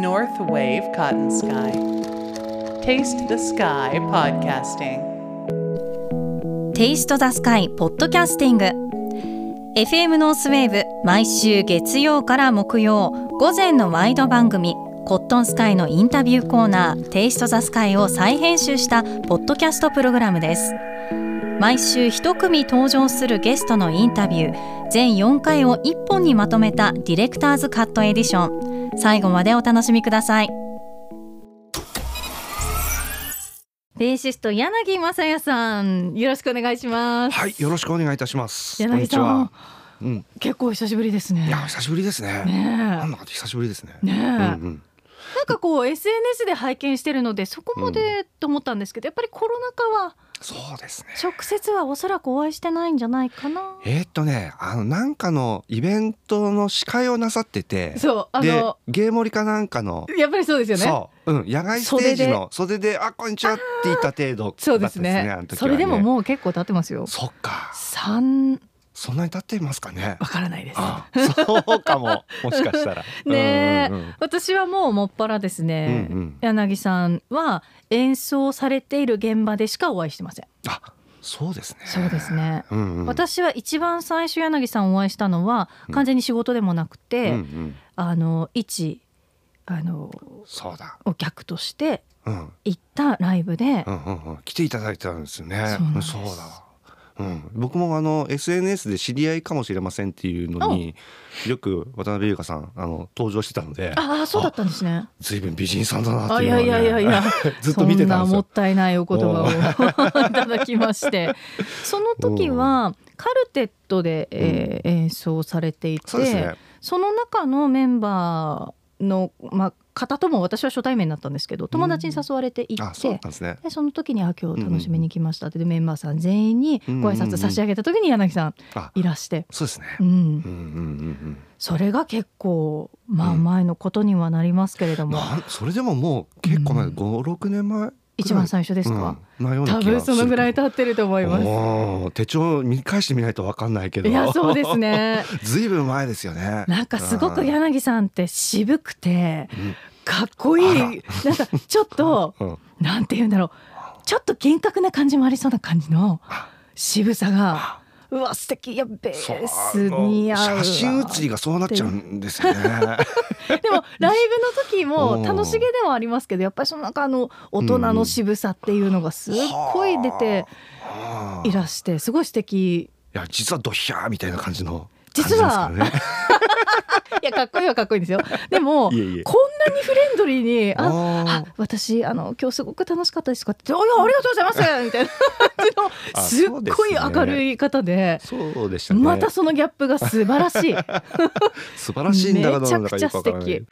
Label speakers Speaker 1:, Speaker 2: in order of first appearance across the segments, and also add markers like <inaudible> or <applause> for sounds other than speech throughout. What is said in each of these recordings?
Speaker 1: North Wave Cotton Sky. Taste the Sky Podcasting.
Speaker 2: テイストザスカイポッドキャスティング FM ノースウェーブ毎週月曜から木曜午前のワイド番組コットンスカイのインタビューコーナーテイストザスカイを再編集したポッドキャストプログラムです毎週一組登場するゲストのインタビュー全4回を1本にまとめたディレクターズカットエディション最後までお楽しみくださいベーシスト柳正也さんよろしくお願いします
Speaker 3: はい、よろしくお願いいたします。こん
Speaker 2: 柳
Speaker 3: にち
Speaker 2: さん
Speaker 3: は。うん、
Speaker 2: 結構久しぶりですね
Speaker 3: いや、久しぶりですね。
Speaker 2: ねえ
Speaker 3: なんだか久しぶりですね。
Speaker 2: ねえ、
Speaker 3: うん
Speaker 2: な
Speaker 3: うんん、
Speaker 2: かこう SNS で拝見してるのでそこまでと思ったんですけど、やっぱりコロナ禍は
Speaker 3: そうですね。
Speaker 2: 直接はおそらくお会いしてないんじゃないかな。
Speaker 3: えーっとね、あのなんかのイベントの司会をなさってて、
Speaker 2: そうあ
Speaker 3: で
Speaker 2: の、
Speaker 3: ゲーモリかなんかの、
Speaker 2: やっぱりそうですよね。
Speaker 3: そう、うん、野外ステージの袖で、あ、こんにちはって言った程度だったです
Speaker 2: そ
Speaker 3: ね。
Speaker 2: うですね
Speaker 3: あの時はね
Speaker 2: それでももう結構経ってますよ。
Speaker 3: そっか、
Speaker 2: 三
Speaker 3: そんなに経ってますかね。
Speaker 2: わからないです。
Speaker 3: あ、そうかも、もしかしたら。
Speaker 2: <laughs> ねえ
Speaker 3: うんうん
Speaker 2: 私はもうもっぱらです
Speaker 3: う
Speaker 2: ね
Speaker 3: ん。うんうん。
Speaker 2: 柳さんは演奏されている現場でしかお会いしてません。
Speaker 3: あ、そうですね。
Speaker 2: そうです。ね。
Speaker 3: うんうん。
Speaker 2: 私は一番最初柳さんお会いしたのは
Speaker 3: うん
Speaker 2: 完全に仕事でもなくて、
Speaker 3: うんうん、
Speaker 2: あの一あの
Speaker 3: そうだ。
Speaker 2: お客として
Speaker 3: うん。
Speaker 2: 行ったライブで、
Speaker 3: うんうんうん、来ていただいてたんですよね。
Speaker 2: そうなんです
Speaker 3: そうだわ。うん、僕もあの SNS で知り合いかもしれませんっていうのによく渡辺優香さんあの登場してたので
Speaker 2: ああそうだったんですね。
Speaker 3: 随分美人さんだなっ
Speaker 2: あ
Speaker 3: てい
Speaker 2: いう
Speaker 3: の
Speaker 2: や
Speaker 3: は、ね、
Speaker 2: いやいやいや
Speaker 3: <laughs> ずっと見てたんで
Speaker 2: そんな
Speaker 3: す
Speaker 2: もっ
Speaker 3: よ。
Speaker 2: たいないお言葉を <laughs> いただきましてその時はカルテットで、えー演奏されていて
Speaker 3: そうですね。
Speaker 2: その中のメンバーの、まあ、方とも私は初対面だったんですけど友達に誘われて行
Speaker 3: あ
Speaker 2: っ
Speaker 3: そうだ
Speaker 2: て
Speaker 3: っ。たんですね。
Speaker 2: でその時に「あ今日楽しみに来ました」って、でメンバーさん全員にご挨拶差し上げた時に柳さん
Speaker 3: あ
Speaker 2: いらして、
Speaker 3: そうですね。
Speaker 2: うん
Speaker 3: う、んうんうん
Speaker 2: それが結構まあ
Speaker 3: うん
Speaker 2: 前のことにはなりますけれど
Speaker 3: うん。
Speaker 2: も、
Speaker 3: なんそれでももう結構前
Speaker 2: うん
Speaker 3: 五六年前ぐらい
Speaker 2: 一番最初ですか、、
Speaker 3: うん、なような
Speaker 2: 多
Speaker 3: 気が
Speaker 2: 分そのぐらい
Speaker 3: っ
Speaker 2: 経ってると思いま
Speaker 3: 手帳を見返してみないとわかんないけ
Speaker 2: す
Speaker 3: ど。
Speaker 2: いやそうです。
Speaker 3: <laughs>
Speaker 2: ね
Speaker 3: ずいぶん前ですよね。
Speaker 2: なんかすごく柳さんって渋くて
Speaker 3: うん
Speaker 2: かっこいい
Speaker 3: あ
Speaker 2: なんかちょっと
Speaker 3: うん
Speaker 2: なんて言うんだろうちょっと厳格な感じもありそうな感じの渋さがうわ素敵いやベ
Speaker 3: そう
Speaker 2: ース似合う
Speaker 3: あ
Speaker 2: わ
Speaker 3: の写真写りがそうなっちゃうんですよね。
Speaker 2: でもライブの時も
Speaker 3: うん
Speaker 2: 楽しげではありますけどやっぱりそのなんかあの大人の渋さっていうのがすっごい出て
Speaker 3: はあ
Speaker 2: いらしてすごい素敵
Speaker 3: いや実はドヒャーみたいな感じの感じ
Speaker 2: 実は
Speaker 3: ですか
Speaker 2: いやかっこいいはかっこいいんですよでも
Speaker 3: らね。いえいえ。
Speaker 2: こんなにフレンドリーに「ああ
Speaker 3: あ
Speaker 2: 私あの今日すごく楽しかったですか?」って「おいやありがとうございます」
Speaker 3: <laughs>
Speaker 2: みたいな感
Speaker 3: あ
Speaker 2: じ
Speaker 3: そ
Speaker 2: の
Speaker 3: う
Speaker 2: す
Speaker 3: で
Speaker 2: っ
Speaker 3: す
Speaker 2: ごい
Speaker 3: ね
Speaker 2: 明るい方で
Speaker 3: ー。そうでしたね。
Speaker 2: またそのギャップが素晴らし
Speaker 3: <laughs>
Speaker 2: い
Speaker 3: 素晴らしいんだかどうなんだか
Speaker 2: めちゃ
Speaker 3: よく
Speaker 2: くちゃ
Speaker 3: わからない。
Speaker 2: 素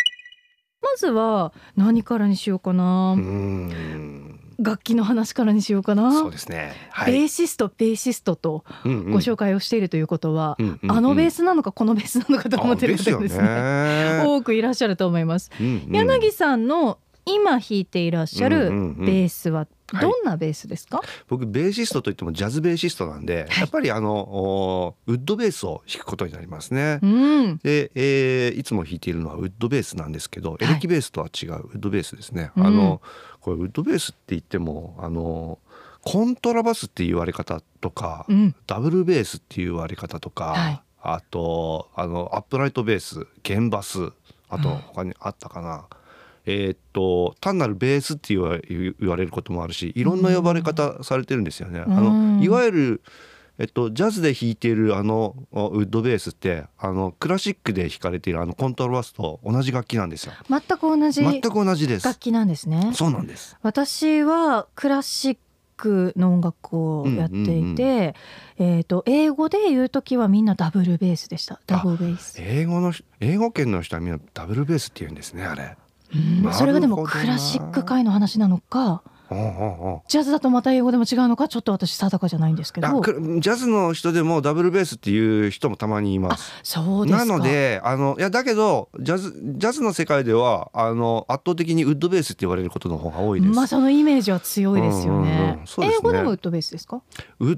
Speaker 2: まずは何からにしようかな、
Speaker 3: うーん。
Speaker 2: 楽器の話からにしようかな
Speaker 3: そうですね。は
Speaker 2: ベ
Speaker 3: い。
Speaker 2: ーシストベーシストとご紹介をしているということは、
Speaker 3: うんうん
Speaker 2: あのベー
Speaker 3: ス
Speaker 2: スなのかこのベースなのかと思ってる方がですね多くいらっしゃると思います、柳さんの今弾いていらっしゃるベースは
Speaker 3: はい
Speaker 2: どんなベースですか、
Speaker 3: 僕ベーシストといってもジャズベーシストなんで、
Speaker 2: はい
Speaker 3: やっぱりあのおーウッドベースを弾くことになりますね。
Speaker 2: うん
Speaker 3: で、えーいつも弾いているのはウッドベースなんですけど、
Speaker 2: い
Speaker 3: エレキベースとは違うウッドベースですね。
Speaker 2: うん
Speaker 3: あのこれウッドベースって言ってもあのコントラバスっていう割れ方とか、
Speaker 2: うん
Speaker 3: ダブルベースっていう割れ方とか、
Speaker 2: はい
Speaker 3: あとあのアップライトベース弦バスあと
Speaker 2: うん
Speaker 3: 他にあったかな。えーっと単なるベースって言わ言われることもあるしいろんな呼ばれ方されてるんですよね。あ
Speaker 2: うん
Speaker 3: のいわゆるえっと、ジャズで弾いているあのおウッドベースってあのクラシックで弾かれているあのコントラバスと同じ楽器なんですよ。
Speaker 2: 全く同じ
Speaker 3: 全く
Speaker 2: 楽
Speaker 3: 同じです。
Speaker 2: 器なんですね
Speaker 3: そうなんです。
Speaker 2: 私はクラシックの音楽をやっていて、えっ、と英語で言うときはみんなダブルベースでしたダブルベース、
Speaker 3: 英語の英語圏の人はみんなダブルベースって言うんですねあれ。
Speaker 2: うん
Speaker 3: なるほどな
Speaker 2: それがでもクラシック界の話なのか
Speaker 3: おうお
Speaker 2: ジャズだとまた英語でも違うのかちょっと私定かじゃないんですけ
Speaker 3: うおうあ
Speaker 2: ど
Speaker 3: くジャズの人でもダブルベースっていう人もたまにいます。
Speaker 2: そうです
Speaker 3: な
Speaker 2: か
Speaker 3: のであのいやだけどジャズジャズの世界ではあの圧倒的にウッドベースって言われることの方が多いです。
Speaker 2: まあそのイメージは強いですよ
Speaker 3: うん
Speaker 2: ね,、
Speaker 3: うんうんそうですね
Speaker 2: 英語でもウッドベースですか
Speaker 3: う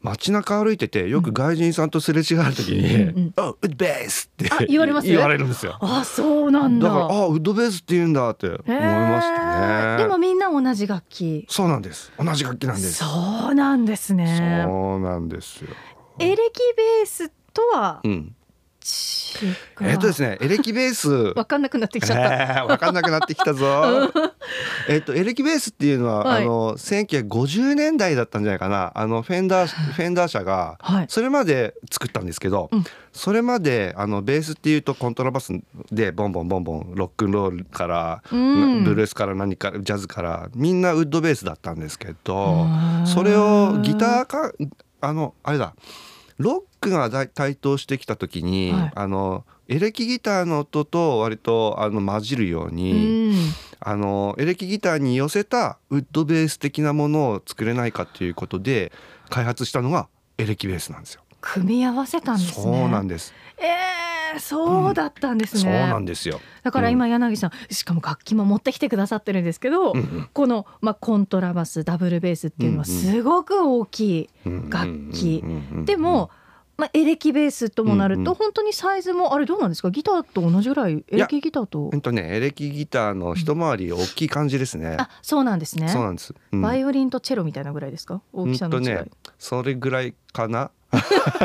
Speaker 3: 街中歩いててよく外人さんとすれ違う時に
Speaker 2: うんうん
Speaker 3: 「あウッドベース!」って
Speaker 2: あ言われます
Speaker 3: 言われるんですよ。
Speaker 2: あそうなんだ
Speaker 3: だからあウッドベースって言うんだって思いました
Speaker 2: へ
Speaker 3: ね。
Speaker 2: ーでもみんな同じ楽器
Speaker 3: そうなんです。同じ楽器なんです。
Speaker 2: そうなんですね
Speaker 3: そうなんですよ。
Speaker 2: エレキベースとは
Speaker 3: うん。
Speaker 2: 違う
Speaker 3: えっとですね、エレキベース。
Speaker 2: わかんなくなってきちゃった、
Speaker 3: えーわかんなくなってきた
Speaker 2: <laughs>
Speaker 3: ぞ。えっとエレキベースっていうのは、
Speaker 2: はい
Speaker 3: あの1950年代だったんじゃないかな。あのフェン
Speaker 2: <sighs>
Speaker 3: ダーフェンダー社が
Speaker 2: はい
Speaker 3: それまで作ったんですけど、
Speaker 2: うん
Speaker 3: それまであのベースっていうとコントラバスでボンボンボンボンロックンロールから、
Speaker 2: うん
Speaker 3: ブルースから何からジャズからみんなウッドベースだったんですけど、
Speaker 2: うん
Speaker 3: それをギターかあのあれだロックがだい台頭してきた時に、
Speaker 2: はい
Speaker 3: あのエレキギターの音と割とあの混じるよう
Speaker 2: う
Speaker 3: に、
Speaker 2: ん
Speaker 3: あのエレキギターに寄せたウッドベース的なものを作れないかということで開発したのがエレキベースなんですよ。
Speaker 2: 組み合わせたんですね
Speaker 3: そうなんです。
Speaker 2: えー、そうだったんですね、
Speaker 3: そうなんですよ。
Speaker 2: だから今柳さん、しかも楽器も持ってきてくださってるんですけど、
Speaker 3: うんうん
Speaker 2: この、まあ、コントラバスダブルベースっていうのは
Speaker 3: うんうん
Speaker 2: すごく大きい、楽器でも、まあ、エレキベースともなる
Speaker 3: うん
Speaker 2: と、
Speaker 3: うん
Speaker 2: 本当にサイズもあれどうなんですかギターと同じぐらいエレキギターと
Speaker 3: うんとねエレキギターの一回り大きい感じですね。
Speaker 2: あそうなんですね
Speaker 3: そうなんです。うん
Speaker 2: バイオリンとチェロみたいなぐらいですか大きさの違い、
Speaker 3: うんとねそれぐらいかな。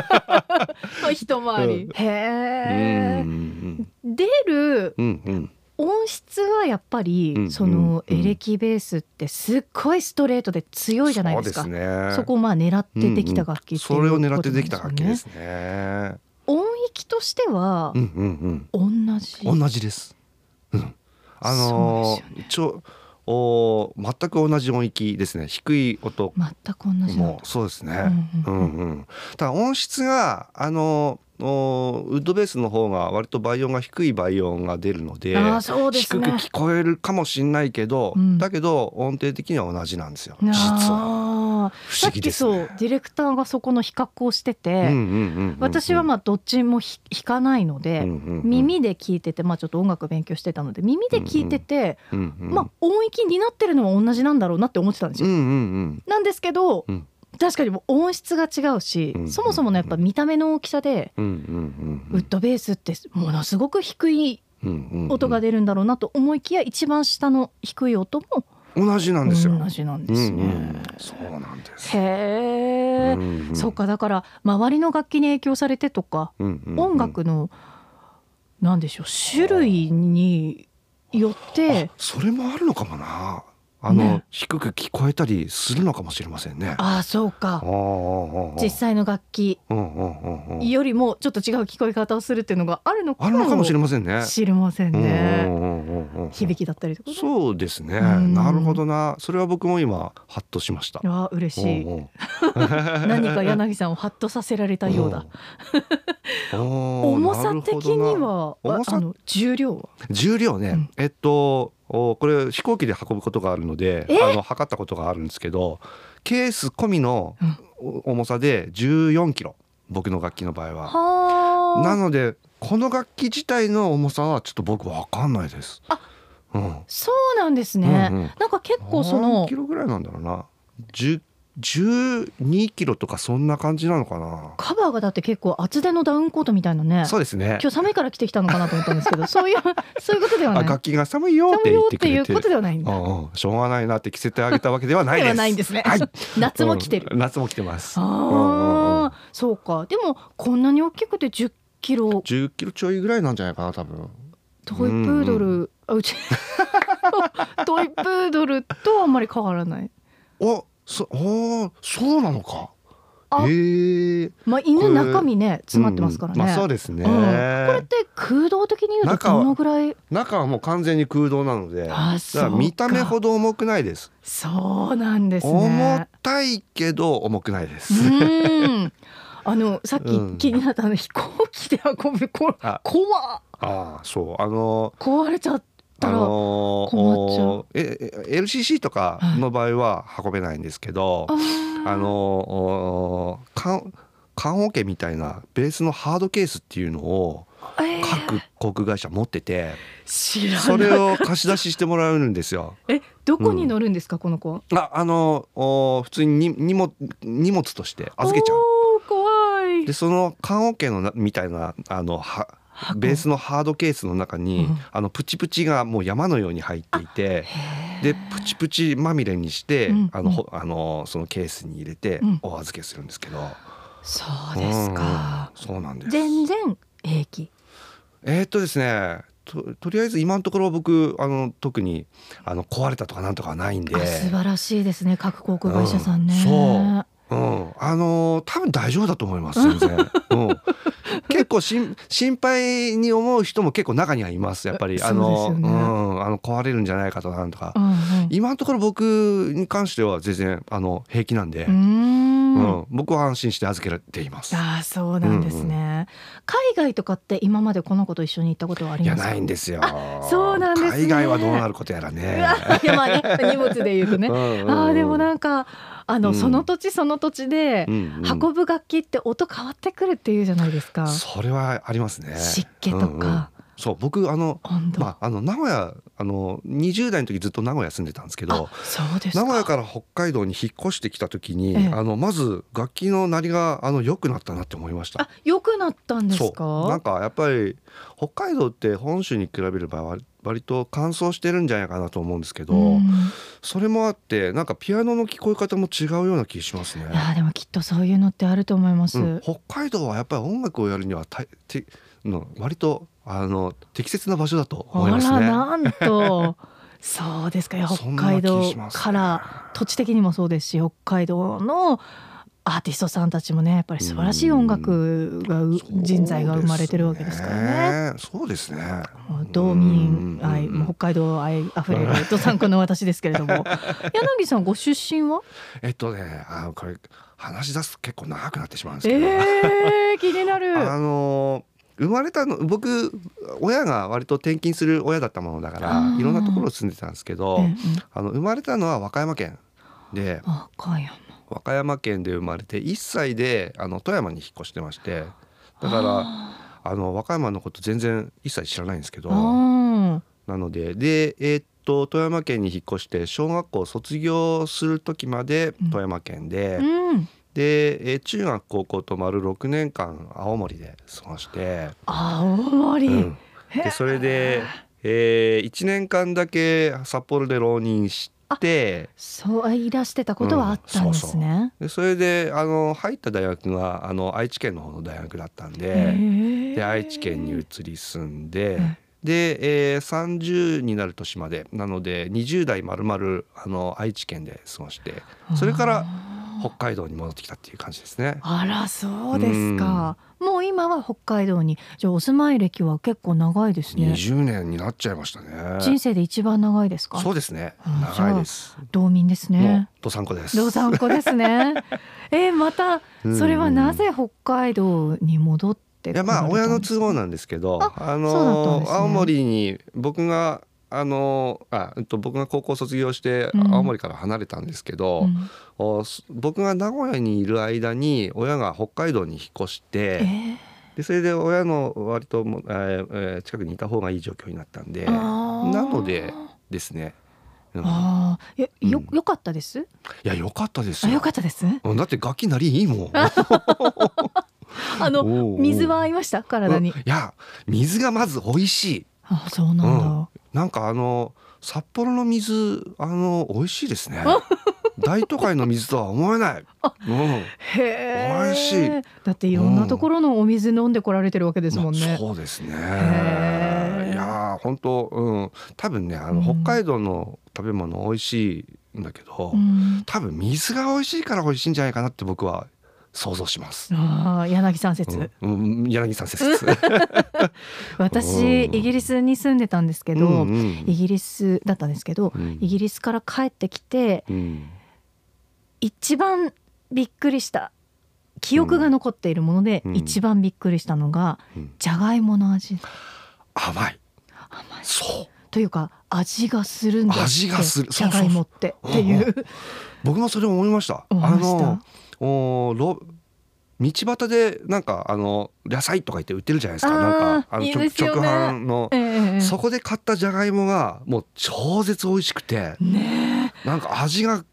Speaker 2: まあ一回り、
Speaker 3: うんう
Speaker 2: へえ
Speaker 3: ん
Speaker 2: 出る
Speaker 3: うんうんうん
Speaker 2: 音質はやっぱり、
Speaker 3: うん
Speaker 2: その
Speaker 3: うん
Speaker 2: エレキベースってすっごいストレートで強いじゃないですか
Speaker 3: そうですね。
Speaker 2: そこをまあ狙ってできた楽器っていう
Speaker 3: それを狙っ
Speaker 2: こと
Speaker 3: て
Speaker 2: なん
Speaker 3: できた楽器で
Speaker 2: よね。
Speaker 3: すね。
Speaker 2: 音域としては
Speaker 3: うんうん
Speaker 2: 同じ。
Speaker 3: うん。同じです。うん。あの
Speaker 2: そうですよ
Speaker 3: ーちょ
Speaker 2: ね
Speaker 3: おー全く同じ音域ですね。低い音
Speaker 2: 全く同じなん
Speaker 3: も
Speaker 2: だ。
Speaker 3: そうですね。
Speaker 2: う
Speaker 3: うん
Speaker 2: うん
Speaker 3: んうん、ただ音質があのおウッドベースの方が割と倍音が低い倍音が出るので
Speaker 2: ああそうです
Speaker 3: 低く
Speaker 2: ね。
Speaker 3: 聞こえるかもしんないけど、
Speaker 2: うん
Speaker 3: だけど音程的には同じなんですよ実は
Speaker 2: ああ
Speaker 3: 不
Speaker 2: さ
Speaker 3: 思
Speaker 2: っ
Speaker 3: 議
Speaker 2: き
Speaker 3: です
Speaker 2: そう
Speaker 3: ね。
Speaker 2: ディレクターがそこの比較をして
Speaker 3: うんうん
Speaker 2: て、
Speaker 3: うんうんうん
Speaker 2: 私はまあどっちもひ弾かないので。
Speaker 3: うんうんうん
Speaker 2: 耳で聞いてて、まあ、ちょっと音楽勉強してたので耳で聞いてて、
Speaker 3: うんうん
Speaker 2: まあ、音域になってるのは同じなんだろうなって思ってたんです
Speaker 3: う
Speaker 2: よ。
Speaker 3: んうん
Speaker 2: なんですけど、
Speaker 3: うん
Speaker 2: 確かにもう音質が違うし、
Speaker 3: うん
Speaker 2: そもそものやっぱ見た目の大きさで、
Speaker 3: うんうんうん
Speaker 2: ウッドベースってものすごく低い
Speaker 3: うんうんうん
Speaker 2: 音が出るんだろうなと思いきや一番下の低い音も
Speaker 3: 同じなん
Speaker 2: 同
Speaker 3: ですよ。
Speaker 2: じなんですね。
Speaker 3: うんうん、そうなんです。
Speaker 2: へえ、
Speaker 3: んん
Speaker 2: そうかだから周りの楽器に影響されてとか、
Speaker 3: うんうんうん
Speaker 2: 音楽のなんでしょう種類によって
Speaker 3: あそれもあるのかもなあの、
Speaker 2: ね
Speaker 3: 低く聞こえたりするのかもしれませんね
Speaker 2: ああそうか実
Speaker 3: 実
Speaker 2: 際の楽器
Speaker 3: うんうんうんうん
Speaker 2: よりもちょっと違う聞こえ方をするっていうのがあるのか
Speaker 3: あるのかもしれ
Speaker 2: も
Speaker 3: ませんね
Speaker 2: 知りません
Speaker 3: う
Speaker 2: ね。
Speaker 3: んうんうんうんうん
Speaker 2: 響きだったりとかね。
Speaker 3: そうですね
Speaker 2: うん
Speaker 3: なるほどなそれは僕も今ハッとしました
Speaker 2: ああ嬉しい。
Speaker 3: うんうん
Speaker 2: 何か柳さんをハッとさせられたようだ。 <laughs>
Speaker 3: うんおー
Speaker 2: 重さ
Speaker 3: なるほ
Speaker 2: 的
Speaker 3: どな
Speaker 2: には
Speaker 3: な
Speaker 2: あ
Speaker 3: 重さ
Speaker 2: あの重量は
Speaker 3: 重量ね、
Speaker 2: うん
Speaker 3: えっとおこれ飛行機で運ぶことがあるので
Speaker 2: え
Speaker 3: あの測ったことがあるんですけどケース込みのお重さで14キロ僕の楽器の場合は。
Speaker 2: は
Speaker 3: な
Speaker 2: あ
Speaker 3: のでこの楽器自体の重さはちょっと僕わかんないです。
Speaker 2: あ
Speaker 3: うん、
Speaker 2: そうなんですね、
Speaker 3: うんうん
Speaker 2: なんか結構その
Speaker 3: 何キロぐらいなんだろうな。十十二キロとかそんな感じなのかな。
Speaker 2: カバーがだって結構厚手のダウンコートみたいなね
Speaker 3: そうですね。
Speaker 2: 今日寒いから着てきたのかなと思ったんで
Speaker 3: <laughs>
Speaker 2: すけどそういうそういうことではな
Speaker 3: あ
Speaker 2: い
Speaker 3: 楽器が寒いよって
Speaker 2: 寒い
Speaker 3: 言っ
Speaker 2: よ
Speaker 3: て
Speaker 2: っ
Speaker 3: く
Speaker 2: てい
Speaker 3: れ
Speaker 2: う
Speaker 3: て。
Speaker 2: ことではないん
Speaker 3: う
Speaker 2: だ
Speaker 3: んうん、しょうがないなって着せてあげたわけではない
Speaker 2: で
Speaker 3: です。
Speaker 2: はないんですね、
Speaker 3: はい
Speaker 2: <laughs> 夏も着てる、
Speaker 3: うん夏も着てます。
Speaker 2: あ
Speaker 3: うんうんうん
Speaker 2: あそうかでもこんなに大きくて10キロ
Speaker 3: 10キロちょいぐらいなんじゃないかな多分。
Speaker 2: トイプードル、
Speaker 3: うん
Speaker 2: あうち <laughs> トイプードルとあんまり変わらない
Speaker 3: お、そ、おーそうなのか。
Speaker 2: あ
Speaker 3: へえ。
Speaker 2: まあ
Speaker 3: こ
Speaker 2: 犬
Speaker 3: れ
Speaker 2: 中身ね詰まってますからね、
Speaker 3: うんまあそうですね。
Speaker 2: うんこれって空洞的に言うと
Speaker 3: 中は
Speaker 2: どのぐらい
Speaker 3: 中はもう完全に空洞なのでだか
Speaker 2: あそう
Speaker 3: ら
Speaker 2: か
Speaker 3: 見た目ほど重くないです
Speaker 2: そうなんです
Speaker 3: 重
Speaker 2: ね。
Speaker 3: たいけど重くないで
Speaker 2: う
Speaker 3: す、
Speaker 2: ーんあのさっ
Speaker 3: うん
Speaker 2: き気になったあの飛行機で運ぶこ
Speaker 3: あ
Speaker 2: 怖
Speaker 3: ああそうあの
Speaker 2: 壊れちゃっ
Speaker 3: あ
Speaker 2: たら、あ
Speaker 3: のー
Speaker 2: 困っちゃう
Speaker 3: おええ LCC とかの場合は運べないんですけど、
Speaker 2: ー
Speaker 3: あのーお缶缶桶みたいなベースのハードケースっていうのを
Speaker 2: えー
Speaker 3: 各航空会社持ってて
Speaker 2: 知ら
Speaker 3: それ
Speaker 2: ない
Speaker 3: を貸し出ししてもらうんですよ。
Speaker 2: えどこに乗るんですか、この子
Speaker 3: ああのお普通にに荷物荷物として預けちゃう。
Speaker 2: おー怖い
Speaker 3: でその棺桶のなみたいなあのは
Speaker 2: 箱
Speaker 3: ベースのハードケースの中に、
Speaker 2: うん
Speaker 3: あのプチプチがもう山のように入っていてでプチプチまみれにして、
Speaker 2: うん
Speaker 3: あのほあのそのケースに入れて
Speaker 2: うん
Speaker 3: お預けするんですけど、
Speaker 2: そうですか、
Speaker 3: うんそうなんです
Speaker 2: 全然平気
Speaker 3: えーっとですねととりあえず今のところ僕あの特にあの壊れたとかなんとかはないんで、
Speaker 2: あ素晴らしいですね各航空会社さんね、
Speaker 3: うんそううん、あのー多分大丈夫だと思い
Speaker 2: <laughs>
Speaker 3: ます全然、うん、結構しん心配に思う人も結構中にはいますやっぱり
Speaker 2: え
Speaker 3: あの
Speaker 2: そうですよね
Speaker 3: うん、あの壊れるんじゃないかとかなんとか、
Speaker 2: うんうん
Speaker 3: 今のところ僕に関しては全然あの平気なんで、
Speaker 2: うーん
Speaker 3: うん僕は安心して預けられています。
Speaker 2: ああそうなんですね、海外とかって今までこの子と一緒に行ったことはあり
Speaker 3: いや
Speaker 2: ますか
Speaker 3: ないんですよ
Speaker 2: そうなんですね
Speaker 3: 海外はどうなることやら
Speaker 2: う
Speaker 3: ね。
Speaker 2: わ <laughs> いやまあね荷物で言うとね、ああでも
Speaker 3: ん
Speaker 2: なんかあの、
Speaker 3: うん
Speaker 2: その土地その土地で
Speaker 3: う、んうん
Speaker 2: 運ぶ楽器って音変わってくるっていうじゃないですか、
Speaker 3: それはありますね。
Speaker 2: 湿気とか、
Speaker 3: そう僕あの
Speaker 2: 温度、
Speaker 3: まああの名古屋あの20代の時ずっと名古屋住んでたんですけど
Speaker 2: あそうですか
Speaker 3: 名古屋から北海道に引っ越してきた時に、
Speaker 2: ええ
Speaker 3: あのまず楽器の鳴りがあの良くなったなって思いました
Speaker 2: あ。良くなったんです
Speaker 3: そうなん
Speaker 2: か
Speaker 3: かやっぱり北海道って本州に比べれば割割と乾燥してるんじゃないかなと思うんですけど、
Speaker 2: ん、い
Speaker 3: それもあってなんかピアノの聞こえ方も違うような気しますね。
Speaker 2: やでもきっとそういうのってあると思います、
Speaker 3: うん、北海道はやっぱり音楽をやるにはたての割とあの適切な場所だと思い
Speaker 2: あ
Speaker 3: ます
Speaker 2: ら
Speaker 3: ね。
Speaker 2: なんとそうですかいや
Speaker 3: そ
Speaker 2: 北
Speaker 3: んな
Speaker 2: 海
Speaker 3: 気します
Speaker 2: 道
Speaker 3: ね
Speaker 2: から土地的にもそうですし北海道のアーティストさんたちもねやっぱり素晴らしい音楽がう
Speaker 3: そう
Speaker 2: 人材が生まれてるわけですからね。
Speaker 3: ね。そうですね。
Speaker 2: もう道民愛
Speaker 3: うん
Speaker 2: もう北海道愛あふれるどさんこの私ですけれ
Speaker 3: <laughs>
Speaker 2: ども柳さんご出身は
Speaker 3: えっとね、あこれ話し出すと結構長くなってしまうんです
Speaker 2: え
Speaker 3: けど、
Speaker 2: ー、気になる
Speaker 3: あの生まれたの僕親が割と転勤する親だったものだか
Speaker 2: あ
Speaker 3: ら
Speaker 2: ー
Speaker 3: いろんなところ住んでたんですけど、
Speaker 2: ええ
Speaker 3: あの生まれたのは和歌山県で
Speaker 2: あ赤山
Speaker 3: 和歌山県で生まれて1歳であの富山に引っ越してましてだから
Speaker 2: あ
Speaker 3: あの和歌山のこと全然一切知らないんですけ
Speaker 2: ー
Speaker 3: どな
Speaker 2: あ
Speaker 3: のででえーっと富山県に引っ越して小学校卒業する時まで
Speaker 2: うん
Speaker 3: 富山県で、
Speaker 2: ーうん
Speaker 3: で、えー中学高校と丸6年間青森で過ごして、
Speaker 2: 青森、
Speaker 3: うんでそれで、え1年間だけ札幌で浪人して
Speaker 2: そうあいらしてたことはあったんですね。
Speaker 3: でそれであの入った大学があの愛知県の方の大学だったんで
Speaker 2: へえ
Speaker 3: で愛知県に移り住んで
Speaker 2: え。
Speaker 3: で、えー30になる年までなので20代まるまるあの愛知県で過ごしてそれから
Speaker 2: あー
Speaker 3: 北海道に戻ってきたっていう感じですね。
Speaker 2: あらそうですか。もう今は北海道にじゃあお住まい歴は結構長いですね。
Speaker 3: 20年になっちゃいましたね
Speaker 2: 人。生で一番長いですか
Speaker 3: そ。うですね
Speaker 2: うん。
Speaker 3: 長いです。
Speaker 2: 道民です
Speaker 3: もう
Speaker 2: ね。
Speaker 3: どさんこです。
Speaker 2: 道産子で
Speaker 3: <laughs>
Speaker 2: すね。えー、また
Speaker 3: うん
Speaker 2: それはなぜ北海道に戻って
Speaker 3: いやまあ親の
Speaker 2: つ
Speaker 3: 都合なんですけど、
Speaker 2: あ
Speaker 3: あ
Speaker 2: そうだったん
Speaker 3: の、
Speaker 2: ですね
Speaker 3: 青森に僕があのあうんと僕が高校卒業して
Speaker 2: うん
Speaker 3: 青森から離れたんですけど、
Speaker 2: うん
Speaker 3: おす僕が名古屋にいる間に親が北海道に引っ越し
Speaker 2: え
Speaker 3: て、
Speaker 2: ー
Speaker 3: でそれで親の割とも、えーえー近くにいた方がいい状況になったんで、
Speaker 2: あー
Speaker 3: なのでですね。うん、い
Speaker 2: ああ、え、よ、
Speaker 3: うん
Speaker 2: よかったです。
Speaker 3: や良かったです
Speaker 2: あ、
Speaker 3: よ。
Speaker 2: よかった
Speaker 3: <laughs>
Speaker 2: です。
Speaker 3: うんだって楽器なりいい
Speaker 2: <laughs>
Speaker 3: もん。
Speaker 2: あの、
Speaker 3: おうおう
Speaker 2: 水は合いました体に
Speaker 3: うんいや水がまず美味しい。
Speaker 2: あそうなんだ、
Speaker 3: うんなんかあの札幌の水あの美味しいですね。大都会の水とは思えない。うん、
Speaker 2: へえ
Speaker 3: 美味しい
Speaker 2: だっていろんなところのお水飲んでこられてるわけですもんね、
Speaker 3: そうですね。い
Speaker 2: へー
Speaker 3: やー本当うん多分ねあの
Speaker 2: うん
Speaker 3: 北海道の食べ物美味しいんだけど、
Speaker 2: うん
Speaker 3: 多分水が美味しいから美味しいんじゃないかなって僕は想像します。
Speaker 2: ああ柳さん説、
Speaker 3: うん、うん柳さん説。
Speaker 2: 私イ
Speaker 3: うん
Speaker 2: ギリスに住んでたんですけど、
Speaker 3: うんうん
Speaker 2: イギリスだったんですけど、
Speaker 3: うん
Speaker 2: イギリスから帰ってきて
Speaker 3: うん
Speaker 2: 一番びっくりした記憶が残っているもので、
Speaker 3: うん
Speaker 2: 一番びっくりしたのが
Speaker 3: うん
Speaker 2: じゃがいもの味
Speaker 3: 甘い。
Speaker 2: 甘い
Speaker 3: そう。
Speaker 2: というか味がするんだって
Speaker 3: 味がする
Speaker 2: じ
Speaker 3: そ
Speaker 2: ゃ
Speaker 3: うそう
Speaker 2: が
Speaker 3: そう
Speaker 2: いもってっていう
Speaker 3: 僕もそれ思いました。
Speaker 2: 思いました
Speaker 3: あのおーロ道端でなんかあの野菜とか言って売ってるじゃないですか
Speaker 2: あー
Speaker 3: なんかあの
Speaker 2: いい
Speaker 3: ちょ
Speaker 2: ですよ
Speaker 3: 直
Speaker 2: ね
Speaker 3: 販の
Speaker 2: え、え
Speaker 3: そこで買ったじゃがいもがもう超絶美味しくて、
Speaker 2: ね
Speaker 3: なんか味が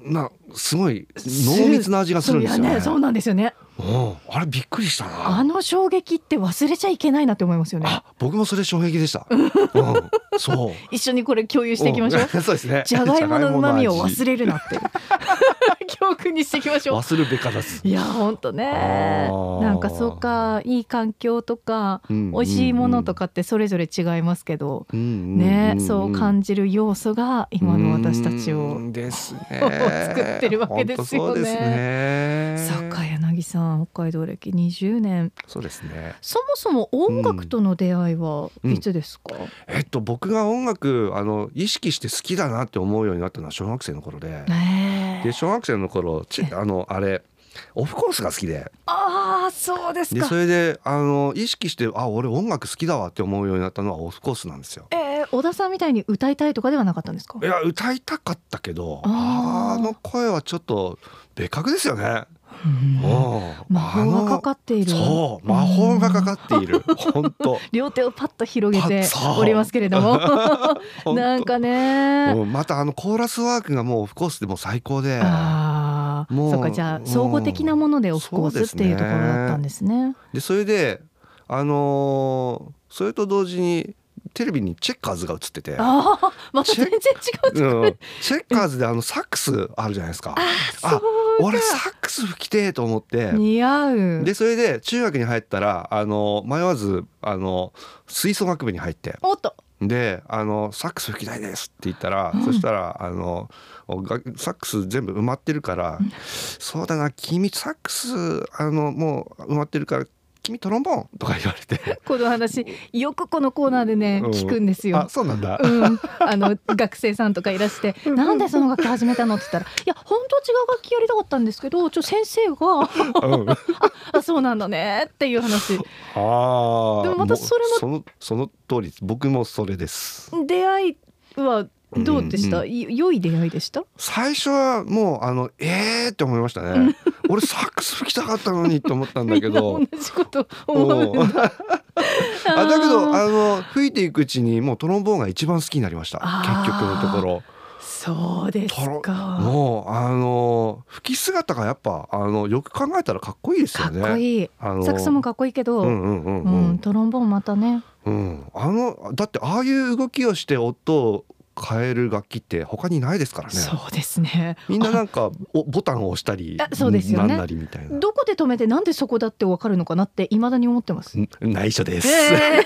Speaker 3: なすごい
Speaker 2: え
Speaker 3: 濃密な味がするんですよ
Speaker 2: そういや
Speaker 3: ね
Speaker 2: ねそうなんですよね
Speaker 3: うんあれびっくりしたな
Speaker 2: あの衝撃って忘れちゃいけないなって思いますよね
Speaker 3: あ僕もそれ衝撃でした、うん、そう
Speaker 2: 一緒にこれ共有していきましょう、
Speaker 3: <laughs> んそうですね
Speaker 2: じゃがいもの旨味を忘
Speaker 3: れ
Speaker 2: れるなっていう <laughs> 教訓にしていきま
Speaker 3: <laughs>
Speaker 2: しょう
Speaker 3: 忘るべからず、
Speaker 2: いやほんとね
Speaker 3: あー
Speaker 2: なんかそうかいい環境とか
Speaker 3: うん
Speaker 2: 美味しいものと、かってそれぞれ違いますけど、
Speaker 3: うんうん
Speaker 2: ね、
Speaker 3: んん
Speaker 2: そう感じる要素が今の私たち
Speaker 3: う
Speaker 2: を
Speaker 3: んですね
Speaker 2: 作ってるわけです
Speaker 3: 本当
Speaker 2: よね
Speaker 3: そうですね
Speaker 2: そうか柳さん北海道歴20年
Speaker 3: そうですね
Speaker 2: そもそも音楽との出会いは
Speaker 3: うん
Speaker 2: いつですか、
Speaker 3: えっと僕が音楽あの意識して好きだなって思うようになったのは小学生の頃で、
Speaker 2: ねえ
Speaker 3: で小学生の頃ちあのあれオフコースが好きで
Speaker 2: ああそうです
Speaker 3: で
Speaker 2: か
Speaker 3: それであの意識してあ俺音楽好きだわって思うようになったのはオフコースなんですよ。
Speaker 2: えー、小田さんみたいに歌いたいとかではなかったんですか
Speaker 3: いや歌いたかったけど
Speaker 2: あ
Speaker 3: あ
Speaker 2: ー
Speaker 3: の声はちょっと別格ですよね。
Speaker 2: うん
Speaker 3: うん
Speaker 2: 魔法がかかっている
Speaker 3: あのそう魔法がかかってい
Speaker 2: <laughs>
Speaker 3: る本当
Speaker 2: 両手をパッと広げて
Speaker 3: パッそう
Speaker 2: おりますけれど
Speaker 3: <laughs>
Speaker 2: も
Speaker 3: 本当
Speaker 2: なんかね
Speaker 3: うんまたあのコーラスワークがもうオフコースでもう最高で
Speaker 2: ああ
Speaker 3: もう
Speaker 2: そうかじ
Speaker 3: う
Speaker 2: ゃあ
Speaker 3: ん
Speaker 2: 総合的なものでオフコ
Speaker 3: そう
Speaker 2: ー
Speaker 3: で
Speaker 2: スっ
Speaker 3: す
Speaker 2: て
Speaker 3: ね
Speaker 2: いうところだったんですね。
Speaker 3: でそれであのーそれと同時にテレビにチェッカーズが映ってて。
Speaker 2: ああ <laughs> また全然違う
Speaker 3: う
Speaker 2: ところ。
Speaker 3: ん、チェッカーズであのサックスあるじゃないですか
Speaker 2: あそう
Speaker 3: 俺サックス吹きてえと思って
Speaker 2: 似合う。
Speaker 3: でそれで中学に入ったらあの迷わずあの吹奏楽部に入って
Speaker 2: おっと
Speaker 3: であの「サックス吹きたいです」って言ったら、
Speaker 2: うん
Speaker 3: そしたらあのがサックス全部埋まってるから「そうだな君サックスあのもう埋まってるから君トロンボーン」とか言われて
Speaker 2: この話よくこのコーナーで <laughs> ね
Speaker 3: うん
Speaker 2: 聞くんで
Speaker 3: 「
Speaker 2: す
Speaker 3: あ
Speaker 2: よ。
Speaker 3: そうなんだ」
Speaker 2: うん、あの学生さんとかいらして「なんでその楽器始めたの?」って言ったら
Speaker 3: <laughs>
Speaker 2: 「いや本当は違う楽器やりたかったんですけどちょ先生
Speaker 3: <laughs>
Speaker 2: が <laughs>
Speaker 3: うん、あ
Speaker 2: 「あそうなんだね」っていう話
Speaker 3: あ
Speaker 2: でもまたそれも
Speaker 3: そのその通り僕もそれです
Speaker 2: 出会いはどうでした、
Speaker 3: うんう
Speaker 2: い良い出会いでした
Speaker 3: 最初はもうあのええー、って思いましたね俺サックス吹きたかったのにって思ったんだけど
Speaker 2: <laughs> みんな同じこと思
Speaker 3: <laughs>
Speaker 2: うんだ
Speaker 3: あだけど
Speaker 2: あー
Speaker 3: あの吹いていくうちにもうトロンボーンが一番好きになりました
Speaker 2: あー
Speaker 3: 結局のとこ
Speaker 2: そうです
Speaker 3: ろ
Speaker 2: か
Speaker 3: もうあの吹き姿がやっぱあのよく考えたらかっこいいです
Speaker 2: か
Speaker 3: よ
Speaker 2: っ
Speaker 3: ね。
Speaker 2: こいい
Speaker 3: あの
Speaker 2: サックスもかっこいいけど、
Speaker 3: うんうんう
Speaker 2: うん
Speaker 3: ん
Speaker 2: トロンボーンまたね
Speaker 3: うん、うん、あのだってああいう動きをして音を変える楽器って他にないですからね
Speaker 2: そうですね
Speaker 3: みんななんかおボタンを押したり
Speaker 2: あそうですよね
Speaker 3: なんなりみたいな
Speaker 2: <laughs> どこで止めてなんでそこだってわかるのかなっていまだに思ってます、
Speaker 3: ん内緒です、
Speaker 2: えー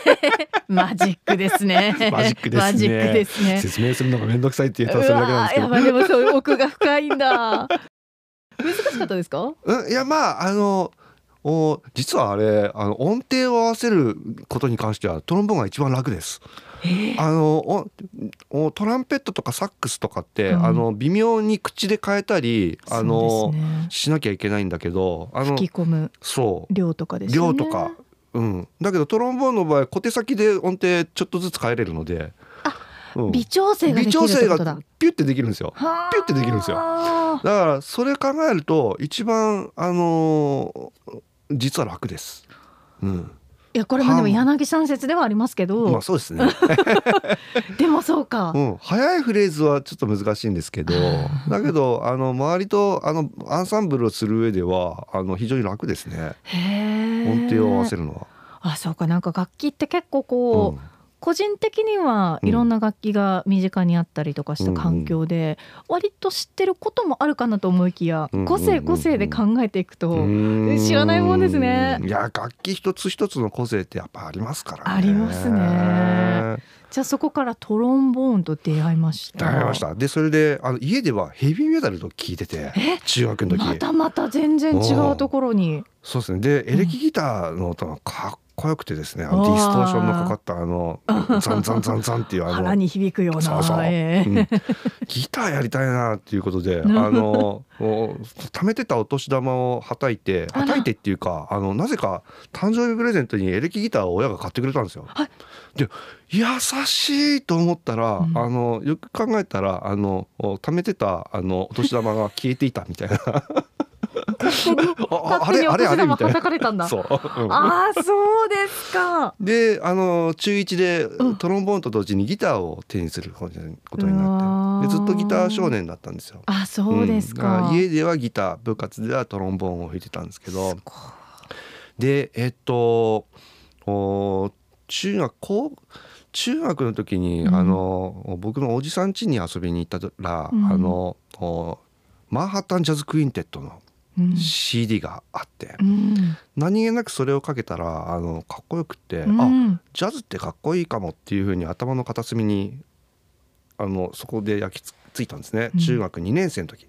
Speaker 2: <laughs> マジックですね
Speaker 3: マジックですね
Speaker 2: マジックです
Speaker 3: <laughs>
Speaker 2: ね
Speaker 3: 説明するのが面倒くさいって言ったらそれ
Speaker 2: う
Speaker 3: だけなん
Speaker 2: わ
Speaker 3: です
Speaker 2: ー
Speaker 3: けど
Speaker 2: やばいでもそういう奥が深いんだ <laughs> 難しかったですか
Speaker 3: うん、いやまああのお実はあれあの音程を合わせることに関してはトロンボーンが一番楽です。あのおおトランペットとかサックスとかって、
Speaker 2: うん
Speaker 3: あの微妙に口で変えたりあ
Speaker 2: そ
Speaker 3: の、
Speaker 2: うですね
Speaker 3: しなきゃいけないんだけどあの
Speaker 2: 吹き込む
Speaker 3: そう
Speaker 2: 量とかですよ
Speaker 3: 量
Speaker 2: ね
Speaker 3: とか、うん、だけどトロンボーンの場合小手先で音程ちょっとずつ変えれるので、うん
Speaker 2: 微調整がで
Speaker 3: 微
Speaker 2: きる
Speaker 3: 調
Speaker 2: っ
Speaker 3: 整
Speaker 2: てこ
Speaker 3: が
Speaker 2: とだ
Speaker 3: ピュッてできるんですよ。
Speaker 2: はー
Speaker 3: ピュッてできるんですよ
Speaker 2: あー
Speaker 3: だからそれ考えると一番あの実は楽です。うん。
Speaker 2: いやこれまでも柳さん説ではありますけ
Speaker 3: ま
Speaker 2: ど
Speaker 3: あそうです
Speaker 2: <laughs>
Speaker 3: ね。
Speaker 2: でもそうか
Speaker 3: うん、早いフレーズはちょっと難しいんですけど、だけどあの周りとあのアンサンブルをする上ではあの非常に楽ですね。
Speaker 2: へー
Speaker 3: 音程を合わせるのは。
Speaker 2: あそうかなんか楽器って結構こう、
Speaker 3: うん
Speaker 2: 個人的には
Speaker 3: うん
Speaker 2: いろんな楽器が身近にあったりとかした環境で、割と知ってることもあるかなと思いきや、
Speaker 3: うんうんうん
Speaker 2: 個性個性で考えていくと、
Speaker 3: う
Speaker 2: 知らないもんですね
Speaker 3: いや楽器一つ一つの個性ってやっぱありますからね。
Speaker 2: ありますね。じゃあそこからトロンボーンと出会いました
Speaker 3: わかりました。でそれであの家ではヘビーメタルと聞いてて
Speaker 2: え
Speaker 3: 中学の時。
Speaker 2: またまた全然違うところに
Speaker 3: そうですね。で、エレキギターの音がかっこよくてですね、あのディストーションのかかったあのザンザンザンザンって
Speaker 2: <laughs>
Speaker 3: いうあ
Speaker 2: 腹
Speaker 3: の、
Speaker 2: に響くような
Speaker 3: そうそう
Speaker 2: ええ
Speaker 3: うんギターやりたいなっていうことで、あのもう貯めてたお年玉をはたいて、
Speaker 2: あ
Speaker 3: は
Speaker 2: ら
Speaker 3: たいてっていうか、あのなぜか誕生日プレゼントにエレキギターを親が買ってくれたんですよ。
Speaker 2: はい
Speaker 3: で、優しいと思ったら、
Speaker 2: うん
Speaker 3: あのよく <laughs> 考えたらあの貯めてたあのお年玉が消えていたみたいな。
Speaker 2: 勝手に勝手にお年玉はたかれたんだ。
Speaker 3: そう、うん
Speaker 2: ああそうですか。
Speaker 3: であの中1で
Speaker 2: うん
Speaker 3: トロンボーンと同時にギターを手にすることになって
Speaker 2: うわー
Speaker 3: でずっとギター少年だったんですよ。
Speaker 2: あそうです
Speaker 3: んだ
Speaker 2: か。
Speaker 3: ら家ではギター部活ではトロンボーンを弾いてたんですけどでえっとお中学高中学の時に、
Speaker 2: うん
Speaker 3: あの僕のおじさん家に遊びに行ったら、
Speaker 2: うん
Speaker 3: あのおマンハッタン・ジャズ・クインテットの
Speaker 2: うん。
Speaker 3: CD があって、
Speaker 2: うん
Speaker 3: 何気なくそれをかけたらあのかっこよくって、
Speaker 2: う
Speaker 3: あ
Speaker 2: ん
Speaker 3: ジャズってかっこいいかもっていうふうに頭の片隅にあのそこで焼きつついたんですね、
Speaker 2: うん
Speaker 3: 中学2年生の時。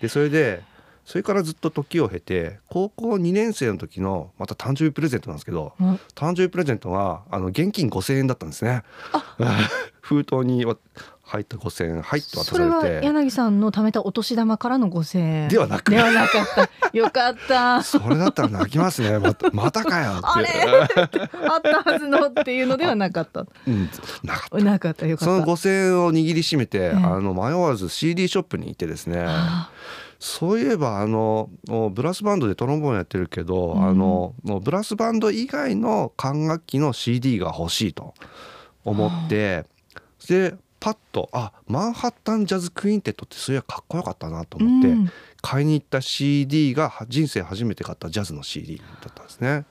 Speaker 3: でそれでそれからずっと時を経て高校2年生の時のまた誕生日プレゼントなんですけど
Speaker 2: うん
Speaker 3: 誕生日プレゼントはあの現金5,000円だったんですね。 <laughs> 封筒にわ入った5,000円入って渡
Speaker 2: それ
Speaker 3: さ
Speaker 2: は
Speaker 3: れて
Speaker 2: 柳さんの貯めたお年玉からの5000円
Speaker 3: ではなく
Speaker 2: ではなかったよか
Speaker 3: <laughs>
Speaker 2: ったあっ
Speaker 3: それだったら泣きますねまたまたかよ
Speaker 2: あ
Speaker 3: って
Speaker 2: たはずのっていうのではなかった
Speaker 3: うんなかった
Speaker 2: なかったよかった
Speaker 3: その5,000円を握りしめて、
Speaker 2: ええ
Speaker 3: あの迷わず CD ショップに行ってですね
Speaker 2: あ
Speaker 3: そういえばあのおブラスバンドでトロンボーンやってるけど、
Speaker 2: うん
Speaker 3: あのもうブラスバンド以外の管楽器の CD が欲しいと思ってでパッとあマンハッタン・ジャズ・クインテットってそういやかっこよかったなと思って、
Speaker 2: うん
Speaker 3: 買いに行った CD がは人生初めて買ったジャズの CD だったんですね。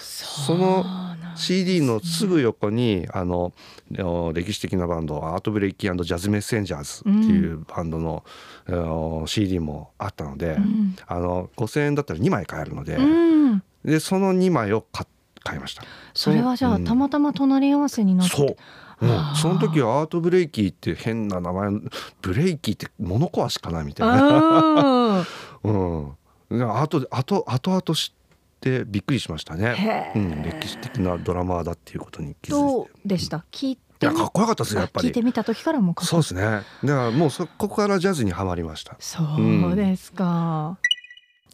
Speaker 2: そ
Speaker 3: の
Speaker 2: うなん
Speaker 3: CD のすぐ横にあのお歴史的なバンドアートブレイキージャズ・メッセンジャーズっていうバンドの、お CD もあったので、
Speaker 2: うん
Speaker 3: あの5,000円だったら2枚買えるので、
Speaker 2: うん
Speaker 3: でその2枚を買買いました。
Speaker 2: それはじゃあ、
Speaker 3: うん
Speaker 2: たまたま隣り合わせになって
Speaker 3: そううん
Speaker 2: あー
Speaker 3: その時はアートブレイキーって変な名前のブレイキーってモノコアシかなみたいな、
Speaker 2: あ
Speaker 3: うん、であとあとあとあと知ってびっくりしました
Speaker 2: ー
Speaker 3: ね、
Speaker 2: へ
Speaker 3: う
Speaker 2: え、
Speaker 3: ん、歴史的なドラマーだっていうことに気づい
Speaker 2: どうでした聞い
Speaker 3: てい
Speaker 2: て
Speaker 3: や
Speaker 2: み
Speaker 3: かっこよかったですよやっぱ
Speaker 2: 聞い
Speaker 3: り
Speaker 2: てみた時からもうかっこ
Speaker 3: そうですねだからもうそこからジャズにはまりました
Speaker 2: そうですか、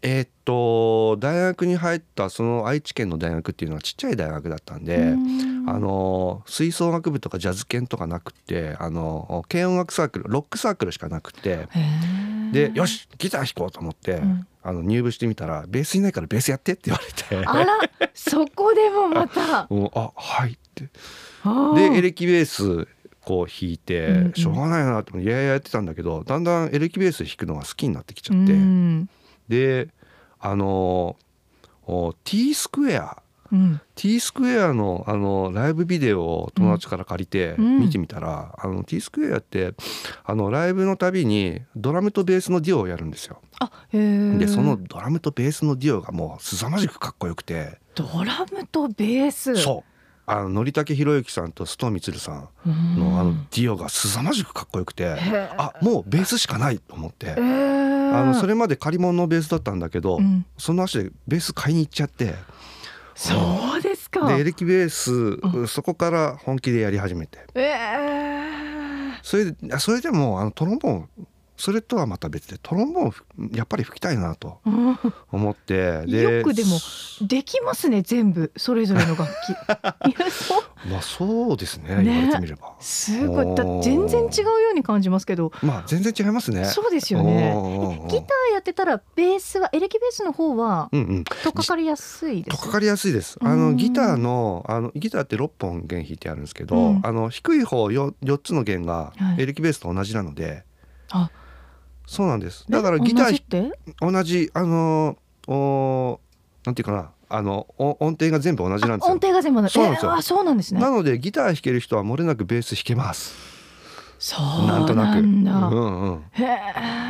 Speaker 3: えーっと大学に入ったその愛知県の大学っていうのはちっちゃい大学だったんで、
Speaker 2: うん
Speaker 3: あの吹奏楽部とかジャズ研とかなくてあの軽音楽サークルロックサークルしかなくて
Speaker 2: へー
Speaker 3: でよしギター弾こうと思って、
Speaker 2: ん
Speaker 3: あの入部してみたらベースいないからベースやってって言われて
Speaker 2: あ
Speaker 3: <laughs>
Speaker 2: らそこでもま <laughs> た
Speaker 3: うんあはいってで
Speaker 2: で
Speaker 3: エレキベースこう弾いて、
Speaker 2: うんうん
Speaker 3: しょうがないなと思っていやいややってたんだけどだんだんエレキベース弾くのが好きになってきちゃって、
Speaker 2: うん
Speaker 3: であのお T スクエア
Speaker 2: うん
Speaker 3: T スクエアのあのライブビデオを友達から借りて
Speaker 2: うん
Speaker 3: 見てみたら、あの T スクエアってあのライブのたびにドラムとベースのデュオをやるんですよ。
Speaker 2: あへー
Speaker 3: でそのドラムとベースのデュオがもう凄まじくかっこよくて、
Speaker 2: ドラムとベース
Speaker 3: そうあの則武博之さんと須藤光さん
Speaker 2: う
Speaker 3: の,、
Speaker 2: ん
Speaker 3: あのデュオが凄まじくかっこよくて
Speaker 2: へー
Speaker 3: あもうベースしかないと思って
Speaker 2: へ。ー
Speaker 3: あのそれまで借り物のベースだったんだけど、
Speaker 2: うん
Speaker 3: その足でベース買いに行っちゃって
Speaker 2: そうですか
Speaker 3: でエレキベースそこから本気でやり始めて
Speaker 2: えー
Speaker 3: それでそれでもあのトロンボーンそれとはまた別でトロンボーンふやっぱり吹きたいなと
Speaker 2: うん
Speaker 3: 思って
Speaker 2: よくでもできますね全部それぞれの楽
Speaker 3: <laughs>
Speaker 2: 器いやそう
Speaker 3: まあそうですね
Speaker 2: ね
Speaker 3: 言われてみれば
Speaker 2: すごいだ
Speaker 3: おー
Speaker 2: 全然違うように感じますけど
Speaker 3: まあ全然違いますね
Speaker 2: そうですよね
Speaker 3: おー
Speaker 2: ギターやってたらベースはエレキベースの方は
Speaker 3: うんうん
Speaker 2: とっかかりやすいで
Speaker 3: とっ
Speaker 2: す
Speaker 3: かかりやすいですあの
Speaker 2: うん
Speaker 3: ギターのあのギターって6本弦弾いてあるんですけど、
Speaker 2: うん
Speaker 3: あの低い方 4, 4つの弦が
Speaker 2: はい
Speaker 3: エレキベースと同じなので、
Speaker 2: あ
Speaker 3: そうなんです
Speaker 2: え
Speaker 3: だからギター
Speaker 2: 同じ
Speaker 3: 弾
Speaker 2: って
Speaker 3: 同じあのおなんていうかなあのお音程が全部同じなんです
Speaker 2: あ音
Speaker 3: よ。
Speaker 2: 程が全部同じ
Speaker 3: そうなんですよ
Speaker 2: えーあそうなんですね
Speaker 3: なのでギター弾ける人は漏れなくベース弾けます。
Speaker 2: そう
Speaker 3: な
Speaker 2: なんん
Speaker 3: となく。
Speaker 2: だ
Speaker 3: うんうん。
Speaker 2: へえ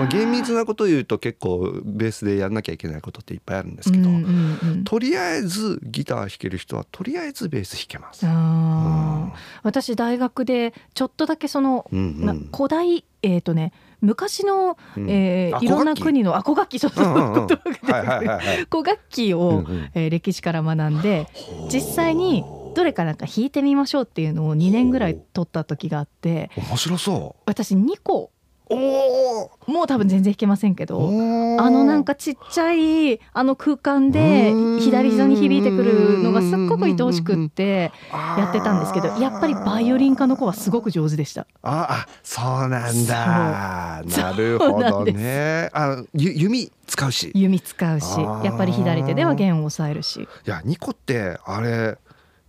Speaker 3: まあ、厳密なことを言うと結構ベースでやんなきゃいけないことっていっぱいあるんですけど、
Speaker 2: うんうんうん
Speaker 3: とりあえずギター弾ける人はとりあえずベース弾けます。
Speaker 2: あー私大学でちょっとだけその、
Speaker 3: うんうん
Speaker 2: な古代えっ、とね昔の、
Speaker 3: うん
Speaker 2: えー
Speaker 3: あ
Speaker 2: いろん
Speaker 3: 古楽
Speaker 2: な
Speaker 3: 器
Speaker 2: 国のあ古楽器そうそう、
Speaker 3: うんうんうん
Speaker 2: 言葉
Speaker 3: は
Speaker 2: が
Speaker 3: いはいは
Speaker 2: 出てくる
Speaker 3: いはい。
Speaker 2: 古楽器を、
Speaker 3: うんうん
Speaker 2: えー歴史から学んで実際にどれかなんか弾いてみましょうっていうのを2年ぐらい取った時があって
Speaker 3: 面白そ
Speaker 2: 私2個
Speaker 3: う。おー
Speaker 2: もう多分全然弾けませんけど
Speaker 3: おー
Speaker 2: あのなんかちっちゃいあの空間で
Speaker 3: うん
Speaker 2: 左膝に響いてくるのがすっごく愛おしくってや
Speaker 3: や
Speaker 2: ってたんですけどやっぱりバイオリン科の子はすごく上手でした
Speaker 3: ああそうなんだなるほ
Speaker 2: そうな
Speaker 3: ど
Speaker 2: んで
Speaker 3: ねあゆ弓使うしい
Speaker 2: 弓使うし
Speaker 3: あー
Speaker 2: やっぱり左手では弦を押さえるし
Speaker 3: や2個ってあれ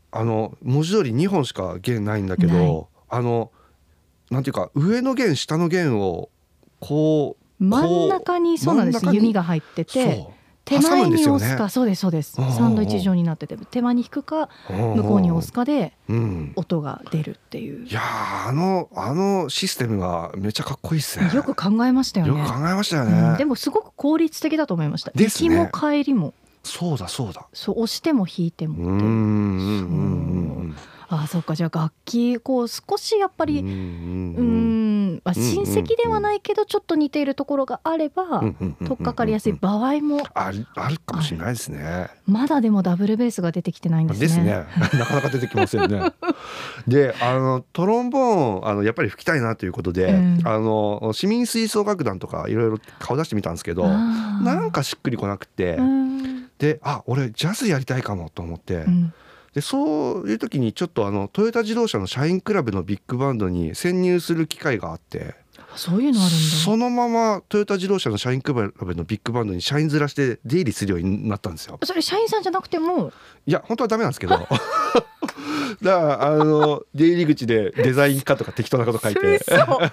Speaker 3: あの文字通り2本しか弦ないんだけ
Speaker 2: ない
Speaker 3: どあのなんていうか上の弦下の弦をこう
Speaker 2: 真ん中にそうなんです
Speaker 3: 真ん中に
Speaker 2: 弓が入ってて
Speaker 3: そ
Speaker 2: 手
Speaker 3: 挟む
Speaker 2: 前
Speaker 3: んで
Speaker 2: に
Speaker 3: すよね
Speaker 2: 押すかそうですそうです
Speaker 3: うんうんうん
Speaker 2: サンドイッチ状になってて手前に引くか
Speaker 3: う
Speaker 2: 向こうに押すかで
Speaker 3: うん
Speaker 2: 音が出るっていう
Speaker 3: いやーあのあのシステムがめっちゃかっこいいっすね
Speaker 2: よく考えましたよ
Speaker 3: よく
Speaker 2: ね
Speaker 3: 考えましたよ
Speaker 2: うん
Speaker 3: ね
Speaker 2: でもすごく効率的だと思いました
Speaker 3: です
Speaker 2: 行き
Speaker 3: ね
Speaker 2: も帰りも
Speaker 3: そうだそうだ
Speaker 2: そう押しても弾いて
Speaker 3: う
Speaker 2: も
Speaker 3: んう
Speaker 2: っていう
Speaker 3: う
Speaker 2: ん
Speaker 3: んうん
Speaker 2: ああそっかじゃあ楽器こう少しやっぱり
Speaker 3: うんう
Speaker 2: うんんまあ親戚ではないけどちょっと似ているところがあれば
Speaker 3: うんうん
Speaker 2: 取っかかりやすい
Speaker 3: うん
Speaker 2: 場合も
Speaker 3: あるあるかもしれないですね。
Speaker 2: まだでもダブルベースが出てきてないんですね。
Speaker 3: ですね。なかなか出てきませんね。
Speaker 2: <laughs>
Speaker 3: で、あのトロンボーンあのやっぱり吹きたいなということで、
Speaker 2: うん
Speaker 3: あの市民吹奏楽団とかいろいろ顔出してみたんですけど、
Speaker 2: ああ
Speaker 3: なんかしっくりこなくて、
Speaker 2: うん
Speaker 3: で、あ、俺ジャズやりたいかもと思って、
Speaker 2: うん
Speaker 3: でそういう時にちょっとあのトヨタ自動車の社員クラブのビッグバンドに潜入する機会があって、
Speaker 2: そういうのあるんだ。
Speaker 3: そのままトヨタ自動車の社員クラブのビッグバンドに社員ずらして出入りするようになったんですよ。
Speaker 2: それ社員さんじゃなくても
Speaker 3: いや本当はダメなんですけど <laughs> だからあの出入り口でデザイン科とか適当なこと書い
Speaker 2: <laughs>
Speaker 3: て
Speaker 2: 嘘
Speaker 3: あ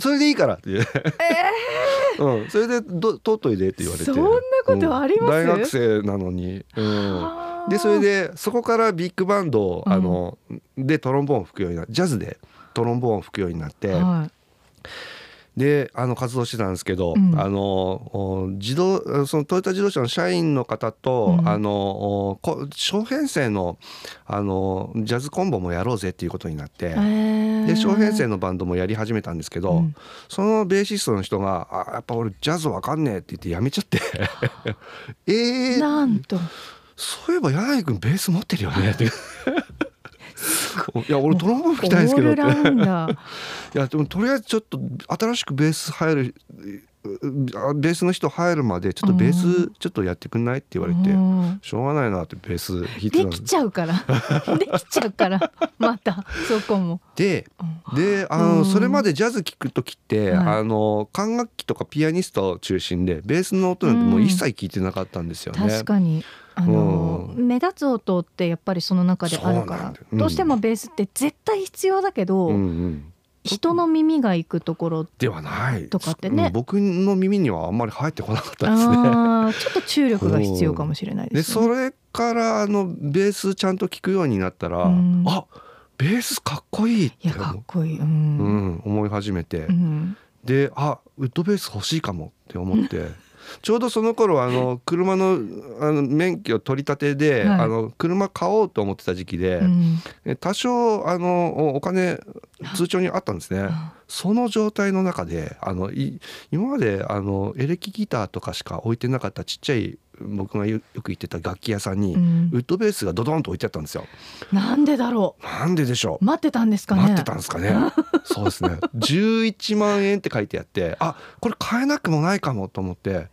Speaker 3: それでいいからっていう、 <laughs> うん、それでど取っといでって言われて
Speaker 2: そんなことあります
Speaker 3: うん大学生なのに、うん、
Speaker 2: ああ
Speaker 3: でそれでそこからビッグバンドを
Speaker 2: うん
Speaker 3: あの、でトロンボーンを吹くようになジャズでトロンボーンを吹くようになって、
Speaker 2: は
Speaker 3: であの活動してたんですけど、
Speaker 2: うん
Speaker 3: あのお自動そのトヨタ自動車の社員の方と、
Speaker 2: うん
Speaker 3: あのおこ小編成のあのジャズコンボもやろうぜっていうことになって、
Speaker 2: い。
Speaker 3: で小編成
Speaker 2: の
Speaker 3: のバンドもやり始めたんですけど、そのベーシストの人が「あやっぱ俺ジャズわかんねえ」って言ってやめちゃって <laughs> えー、
Speaker 2: なんと
Speaker 3: そういえば柳井君ベース持ってるよね
Speaker 2: <laughs>
Speaker 3: って。いや俺トロンボーン吹きたいんですけど
Speaker 2: オ
Speaker 3: っ
Speaker 2: ー
Speaker 3: て
Speaker 2: ルラウンダー。
Speaker 3: いやでもとりあえずちょっと新しくベース入るうんあベースの人入るまでちょっとベー
Speaker 2: う
Speaker 3: スちょっとやってくんないって言われて、
Speaker 2: うん
Speaker 3: しょうがないなってベース弾いてた
Speaker 2: で
Speaker 3: んで
Speaker 2: き
Speaker 3: す
Speaker 2: ちゃ
Speaker 3: <laughs>
Speaker 2: うからできちゃうからまたそこも。
Speaker 3: で
Speaker 2: うん
Speaker 3: であの、
Speaker 2: うん
Speaker 3: それまでジャズ聴く時って、
Speaker 2: はい
Speaker 3: あの管楽器とかピアニストを中心でベースの音なんてもう一切聞いてなかったんですよね。
Speaker 2: 確かにあの、
Speaker 3: う
Speaker 2: 目立つ音ってやっぱりその中である
Speaker 3: そう
Speaker 2: か
Speaker 3: な
Speaker 2: ら
Speaker 3: んだよ、うん
Speaker 2: どうしてもベースって絶対必要だけど、
Speaker 3: うんうん
Speaker 2: 人の耳が行くところ
Speaker 3: ではない
Speaker 2: とかってね
Speaker 3: うん僕の耳にはあんまり入ってこなかったですね。
Speaker 2: あーちょっと注力が必要かもしれない
Speaker 3: で
Speaker 2: ですね
Speaker 3: そ。れからあのベースちゃんと聞くようになったら、
Speaker 2: うん
Speaker 3: あベースかっこいいっ
Speaker 2: い
Speaker 3: て
Speaker 2: やか
Speaker 3: 思
Speaker 2: っこいい。う。
Speaker 3: う、うんん、思い始めて、
Speaker 2: うん。
Speaker 3: であウッドベース欲しいかもって思って。ちょうどその頃あの車のあの免許取り立てで、
Speaker 2: はい
Speaker 3: あの車買おうと思ってた時期で
Speaker 2: う、ん
Speaker 3: え多少あのおお金通帳にあったんですねその状態の中であのい今まであのエレキギターとかしか置いてなかったちっちゃい僕がよよく行ってた楽器屋さんに、
Speaker 2: うん
Speaker 3: ウッドベースがドドンと置いてあったんですよ。
Speaker 2: なんでだろ
Speaker 3: なんででしょう。
Speaker 2: う。待ってたんですかね。
Speaker 3: 待ってたんですかね。そうですね。11万円って書いてあって、あ、これ買えなくもないかもと思って、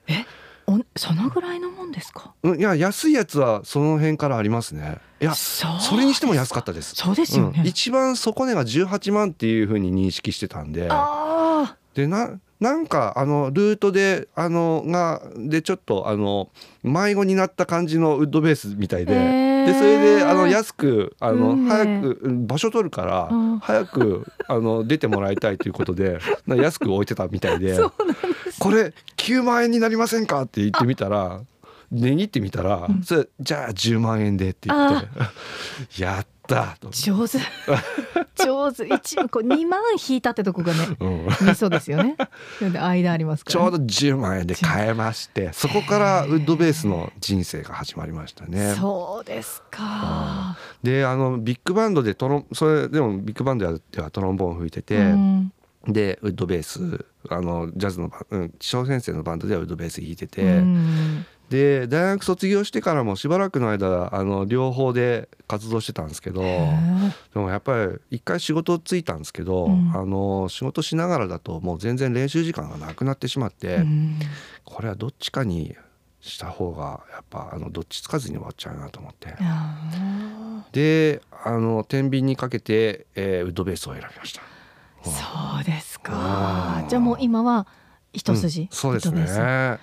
Speaker 2: おそのぐらいのもんですか。
Speaker 3: うん、いや安いやつはその辺からありますね。いや、
Speaker 2: そう
Speaker 3: それにしても安かったです。
Speaker 2: そうですよ
Speaker 3: うん、
Speaker 2: ね。
Speaker 3: 一番底値が18万っていうふうに認識してたんで、
Speaker 2: あ
Speaker 3: でななんかあのルートであのがでちょっとあの迷子になった感じのウッドベースみたいで、
Speaker 2: へー
Speaker 3: でそれであの安くあの、
Speaker 2: 運命
Speaker 3: 早くうん場所取るから、
Speaker 2: うん
Speaker 3: 早くあの出てもらいたいということでな安く置いてたみたい
Speaker 2: あ。
Speaker 3: で
Speaker 2: <laughs> そうなんです。
Speaker 3: これ9万円になりませんかって言ってみたら。値切ってみたら、それじゃあ10万円でって言って <laughs> やったと、<laughs>
Speaker 2: 上手上手一こう2万引いたってとこがね
Speaker 3: うん
Speaker 2: ミソですよねなんで間ありますか
Speaker 3: ちょ
Speaker 2: ら
Speaker 3: う
Speaker 2: ね、
Speaker 3: ど10万円で買えましてそこからウッドベースの人生が始まりましたね。
Speaker 2: そうですか
Speaker 3: であのビッグバンドでトロンそれでもビッグバンドではトロンボーン吹いてて、
Speaker 2: うん
Speaker 3: でウッドベースあのジャズのバン、うん、小先生のバンドではウッドベース弾いてて、
Speaker 2: うん
Speaker 3: で大学卒業してからもしばらくの間あの両方で活動してたんですけど
Speaker 2: へえ
Speaker 3: でもやっぱり一回仕事ついたんですけど、
Speaker 2: うん
Speaker 3: あの仕事しながらだともう全然練習時間がなくなってしまって、
Speaker 2: うん
Speaker 3: これはどっちかにした方がやっぱあのどっちつかずに終わっちゃうなと思って
Speaker 2: いや
Speaker 3: であの天秤にかけて、えーウッドベースを選びました。
Speaker 2: ーそうですか
Speaker 3: あー
Speaker 2: じゃあもう今は一筋、
Speaker 3: うんそうです
Speaker 2: 糸です
Speaker 3: ね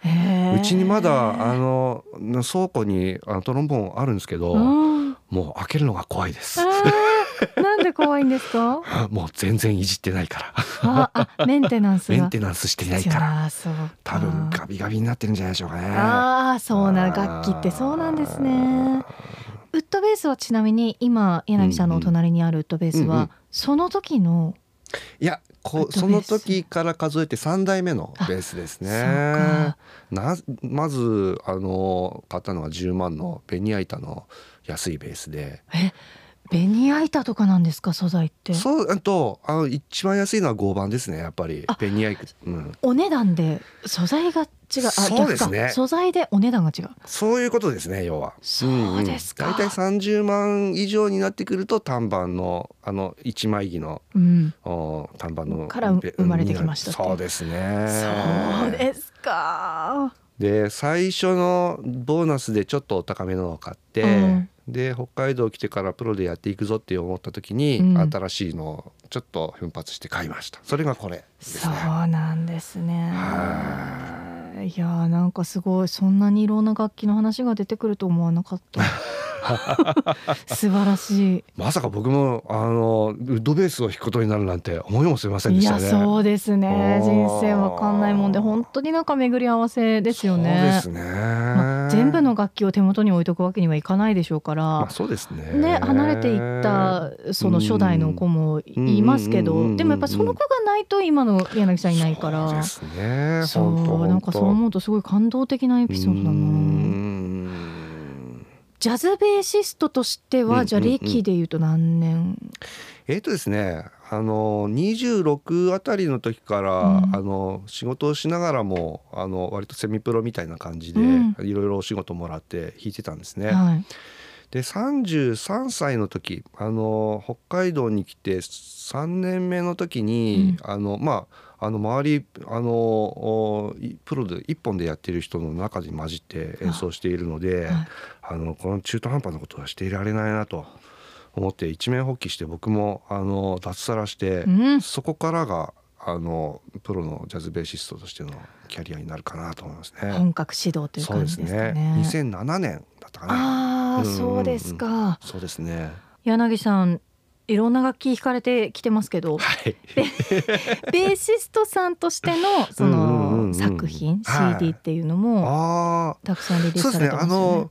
Speaker 2: へー
Speaker 3: うちにまだあの倉庫にあのトロンボーンあるんですけど、
Speaker 2: うん
Speaker 3: もう開けるのが怖いです。
Speaker 2: あーなんで怖いんですか
Speaker 3: <laughs> もう全然いじってないから
Speaker 2: ああメンテナンスが
Speaker 3: メンテナンスしてないから
Speaker 2: あーそうか
Speaker 3: 多分ガビガビになってるんじゃないでしょうかね。
Speaker 2: ああそうな
Speaker 3: あー
Speaker 2: 楽器ってそうなんですね。ウッドベースはちなみに今柳さんのお隣にあるウッドベースは、
Speaker 3: うんうん
Speaker 2: その時の、
Speaker 3: いやこう
Speaker 2: ウッド
Speaker 3: そ
Speaker 2: ベー
Speaker 3: の
Speaker 2: ス
Speaker 3: 時から数えて3代目のベースですね
Speaker 2: そうか。
Speaker 3: なまずあの買ったのは10万のベニヤ板の安いベースで
Speaker 2: えベニヤ板とかなんですか素材って
Speaker 3: そうあとあの一番安いのは合板ですねやっぱり
Speaker 2: あ
Speaker 3: ベニヤ板、うん、
Speaker 2: お値段で素材が違うあ
Speaker 3: そうですね
Speaker 2: 逆か素材でお値段が違う
Speaker 3: そういうことですね要は。
Speaker 2: そうです
Speaker 3: ん
Speaker 2: か
Speaker 3: うん、大体30万以上になってくると単板のあの一枚木の
Speaker 2: うん
Speaker 3: お短板の
Speaker 2: から
Speaker 3: べ
Speaker 2: 生まれてきましたって
Speaker 3: そうですね
Speaker 2: そうですか
Speaker 3: で最初のボーナスでちょっとお高めのを買って、
Speaker 2: うん
Speaker 3: で北海道来てからプロでやっていくぞって思った時に、
Speaker 2: うん
Speaker 3: 新しいのをちょっと奮発して買いましたそれがこれです
Speaker 2: そう
Speaker 3: ね
Speaker 2: なんですね
Speaker 3: はい
Speaker 2: やーなんかすごいそんなにいろんな楽器の話が出てくると思わなかった
Speaker 3: <laughs>
Speaker 2: 素晴らしい
Speaker 3: まさか僕もあのウッドベースを弾くことになるなんて思いもしませんで
Speaker 2: い
Speaker 3: した
Speaker 2: や
Speaker 3: ね
Speaker 2: そうですね
Speaker 3: おー
Speaker 2: 人生わかんないもんで本当になんか巡り合わせですよね
Speaker 3: そうですね、
Speaker 2: まあ全部の楽器を手元に置いとくわけにはいかないでしょうから、
Speaker 3: まあそうですね
Speaker 2: ね、離れていったその初代の子もいいますけど、
Speaker 3: うん
Speaker 2: でもやっぱその子がないと今の柳さんいないから
Speaker 3: そうですね
Speaker 2: そ
Speaker 3: 本当
Speaker 2: うなんかそう
Speaker 3: 本
Speaker 2: 思うとすごい感動的なエ
Speaker 3: 当
Speaker 2: ピソードだ
Speaker 3: うー
Speaker 2: なんジャズベーシストとして
Speaker 3: うんうんう
Speaker 2: は
Speaker 3: ん
Speaker 2: じゃあ歴でいうと何年
Speaker 3: えっ、とですね、あの26あたりの時から、
Speaker 2: うん
Speaker 3: あの仕事をしながらもあの割とセミプロみたいな感じで、
Speaker 2: うん
Speaker 3: いろいろお仕事もらって弾いてたんですね。
Speaker 2: はい
Speaker 3: で33歳の時あの北海道に来て3年目の時に、あのまああの周りあのおいプロで1本でやってる人の中に混じって演奏しているので
Speaker 2: はい
Speaker 3: あのこの中途半端なことはしていられないなと思って一面発起して僕もあの脱サラして、
Speaker 2: うん
Speaker 3: そこからがあのプロのジャズベーシストとしてのキャリアになるかなと思いますね。
Speaker 2: 本格指導という
Speaker 3: そう
Speaker 2: 感
Speaker 3: で
Speaker 2: じ
Speaker 3: す
Speaker 2: ですか
Speaker 3: ね
Speaker 2: ね。
Speaker 3: 2007年だったかな
Speaker 2: ああ、
Speaker 3: うんうんうん
Speaker 2: そうですか。
Speaker 3: そうですね
Speaker 2: 柳さんいろんな楽器弾かれてきてますけど、
Speaker 3: はい
Speaker 2: ベーシストさんとしてのそ
Speaker 3: うんうんうんう
Speaker 2: の
Speaker 3: ん
Speaker 2: 作品
Speaker 3: はい
Speaker 2: CD っていうのも
Speaker 3: あ
Speaker 2: たくさんリリ
Speaker 3: あ
Speaker 2: ー
Speaker 3: そ
Speaker 2: ス
Speaker 3: うです
Speaker 2: され
Speaker 3: ね
Speaker 2: てます
Speaker 3: あ
Speaker 2: よ
Speaker 3: の
Speaker 2: ね。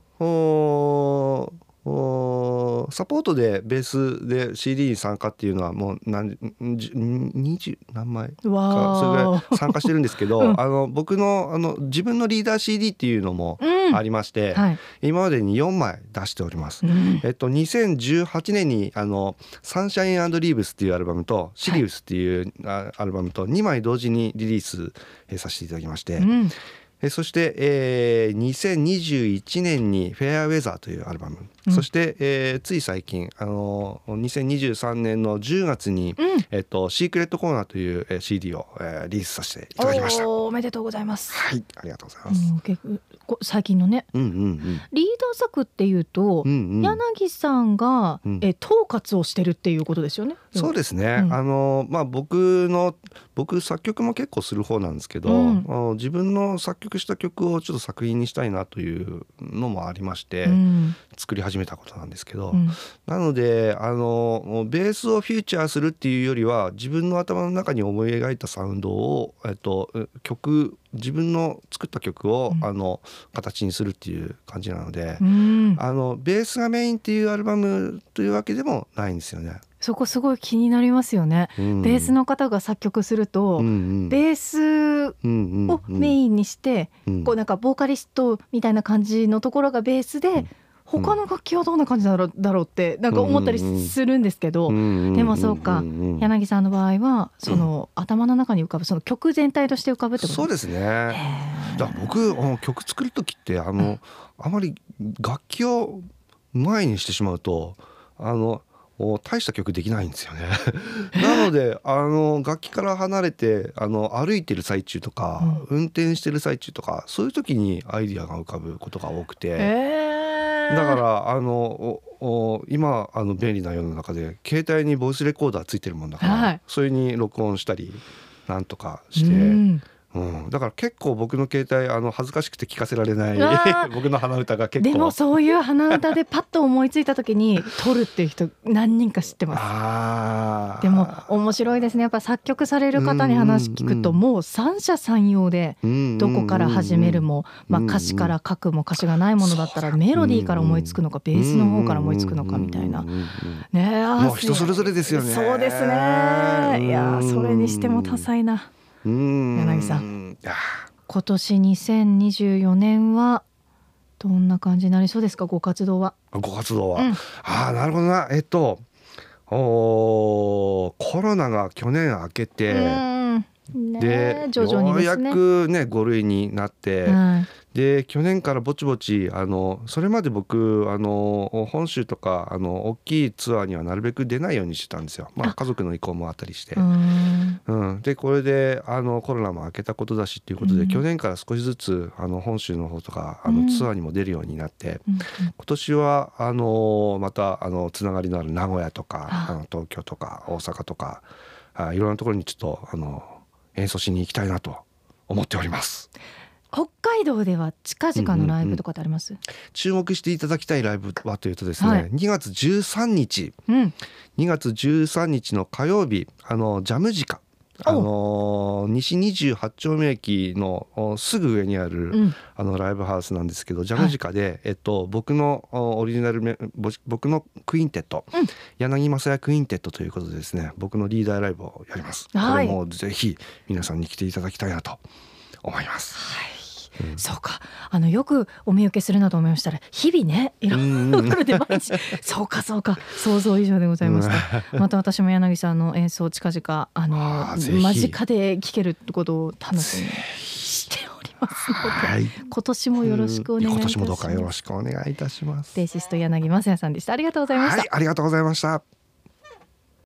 Speaker 3: おーおーサポートでベースで CD に参加っていうのはもう何十二十何枚かそれぐ
Speaker 2: わ
Speaker 3: らい参加してるんですけど、
Speaker 2: うん
Speaker 3: あの僕のあの自分のリーダー CD っていうのも
Speaker 2: ーうん、
Speaker 3: ありまして、
Speaker 2: はい。
Speaker 3: 今までに4枚出しております。
Speaker 2: うん
Speaker 3: えっと、2018年にあの「サンシャインリーブス」っていうアルバムと「シリウス」っていうあアルバムと2枚同時にリリースえーさせていただきまして、
Speaker 2: うん
Speaker 3: えーそして、えー2021年に「フェアウェザー」というアルバム、
Speaker 2: うん
Speaker 3: そして、えーつい最近、あのー2023年の10月に、
Speaker 2: うん
Speaker 3: えっと「シークレットコーナー」というえー CD を、えーリリースさせていただきました。
Speaker 2: おーおめでとうございます。
Speaker 3: はい、ありがとうございます。
Speaker 2: うん、結構最近のね
Speaker 3: うんうん
Speaker 2: リーダー作っていうと、
Speaker 3: うん。うんうん。
Speaker 2: 柳さんが、
Speaker 3: うん
Speaker 2: え統括をしてるっていうことですよね。
Speaker 3: そうですね、
Speaker 2: うん
Speaker 3: あのまあ僕の僕作曲も結構する方なんですけど、
Speaker 2: うん
Speaker 3: あの自分の作曲した曲をちょっと作品にしたいなというのもありまして、
Speaker 2: うん
Speaker 3: 作り始めたことなんですけど、
Speaker 2: うん
Speaker 3: なのであのもうベースをフューチャーするっていうよりは自分の頭の中に思い描いたサウンドを、えっと、う曲自分の作った曲を、
Speaker 2: うん
Speaker 3: あの形にするっていう感じなので、
Speaker 2: うん、
Speaker 3: あのベースがメインっていうアルバムというわけでもないんですよね。
Speaker 2: そこすごい気になりますよね。
Speaker 3: うん
Speaker 2: ベースの方が作曲すると、
Speaker 3: うんうん
Speaker 2: ベースをメ
Speaker 3: ン、
Speaker 2: インにして、
Speaker 3: うん
Speaker 2: こうなんかボーカリストみたいな感じのところがベースで、
Speaker 3: ん
Speaker 2: 他の楽器はどんな感じだろうだろうってなんか思ったりするんですけど、でもそうか柳さんの場合はその、頭の中に浮かぶその曲全体として浮かぶってこと
Speaker 3: そう
Speaker 2: で
Speaker 3: ですね。だから僕あの曲作る時ってあの、あまり楽器を前にしてしまうとあのお大した曲できないんですよね。 <laughs> なのであの楽器から離れてあの歩いてる最中とか、運転してる最中とかそういう時にアイディアが浮かぶことが多くて。
Speaker 2: えー、
Speaker 3: だからあのおお今あの便利な世の中で携帯にボイスレコーダーついてるもんだから、
Speaker 2: はい
Speaker 3: それに録音したりなんとかして、
Speaker 2: う
Speaker 3: うん
Speaker 2: ん
Speaker 3: だから結構僕の携帯あの恥ずかしくて聞かせられな
Speaker 2: う
Speaker 3: い <laughs>
Speaker 2: わ
Speaker 3: 僕の鼻歌が結
Speaker 2: で
Speaker 3: 構
Speaker 2: もそういう鼻歌でパッと思いついた
Speaker 3: <laughs>
Speaker 2: 時に撮るっていう人何人か知ってます
Speaker 3: あー
Speaker 2: でも面白いですねやっぱ作曲される方に話聞くと
Speaker 3: うん
Speaker 2: もう三者三様で
Speaker 3: うんうんうん
Speaker 2: どこから始めるも、まあ、
Speaker 3: うんうん
Speaker 2: 歌詞から書くも歌詞がないものだった
Speaker 3: そう
Speaker 2: ら
Speaker 3: だ
Speaker 2: メロディーから思いつくのかベースの方から思いつくのかみたいな
Speaker 3: うん。うんうんうん
Speaker 2: ねえあー
Speaker 3: もう人それぞれですよね
Speaker 2: そうですね。いやー
Speaker 3: うん
Speaker 2: それにしても多彩な。
Speaker 3: うん
Speaker 2: 柳さ
Speaker 3: んいや
Speaker 2: 今年2024年はどんな感じになりそうですかご活動は。
Speaker 3: ーご活動は、
Speaker 2: うん
Speaker 3: ああなるほどなえっとおーコロナが去年明けて、
Speaker 2: うんね
Speaker 3: で
Speaker 2: え徐々にで
Speaker 3: よ
Speaker 2: す
Speaker 3: う
Speaker 2: ね。
Speaker 3: やくね5類になって、
Speaker 2: はい
Speaker 3: で去年からぼちぼちあのそれまで僕あの本州とかあの大きいツアーにはなるべく出ないようにしてたんですよ、まあ、
Speaker 2: あ
Speaker 3: 家族の意向もあったりして
Speaker 2: う。ん
Speaker 3: うん、でこれであのコロナも明けたことだしっていうことで、
Speaker 2: うん
Speaker 3: 去年から少しずつあの本州の方とかあ
Speaker 2: う
Speaker 3: の
Speaker 2: ん
Speaker 3: ツアーにも出るようになって、
Speaker 2: うん
Speaker 3: 今年はあのまたあのつながりのある名古屋とか
Speaker 2: あ
Speaker 3: あの東京とか大阪とかあいろんなところにちょっとあの演奏しに行きたいなと思っております
Speaker 2: 北海道では近々のライブとかってあります？
Speaker 3: 注目していただきたいライブはというとですね、
Speaker 2: はい
Speaker 3: 2月13日
Speaker 2: うん。
Speaker 3: 2月13日の火曜日あのジャムジカあの西28丁目駅のおすぐ上にある、
Speaker 2: うん。
Speaker 3: あのライブハウスなんですけどジャムジカで、えっと、僕のおオリジナルメぼし僕のクインテット、
Speaker 2: うん
Speaker 3: 柳正也クインテットということでですね僕のリーダーライブをやります、
Speaker 2: はい
Speaker 3: これもぜひ皆さんに来ていただきたいなと思います。
Speaker 2: そうか。あのよくお見受けするなと思いましたら日々ねいろんなところで毎日そうかそうか想像以上でございました。また私も柳さんの演奏を近々あの
Speaker 3: あーぜひ
Speaker 2: 間近で聴けるってことを楽しみにしておりますので
Speaker 3: はい、
Speaker 2: 今年もよろしくお願いい
Speaker 3: 今
Speaker 2: たし
Speaker 3: 年もど
Speaker 2: ま
Speaker 3: うかよろ
Speaker 2: す。
Speaker 3: しくお願いいたします。
Speaker 2: ベーシスト柳正也さんでした。ありがとうございました
Speaker 3: はい、。ありがとうございました。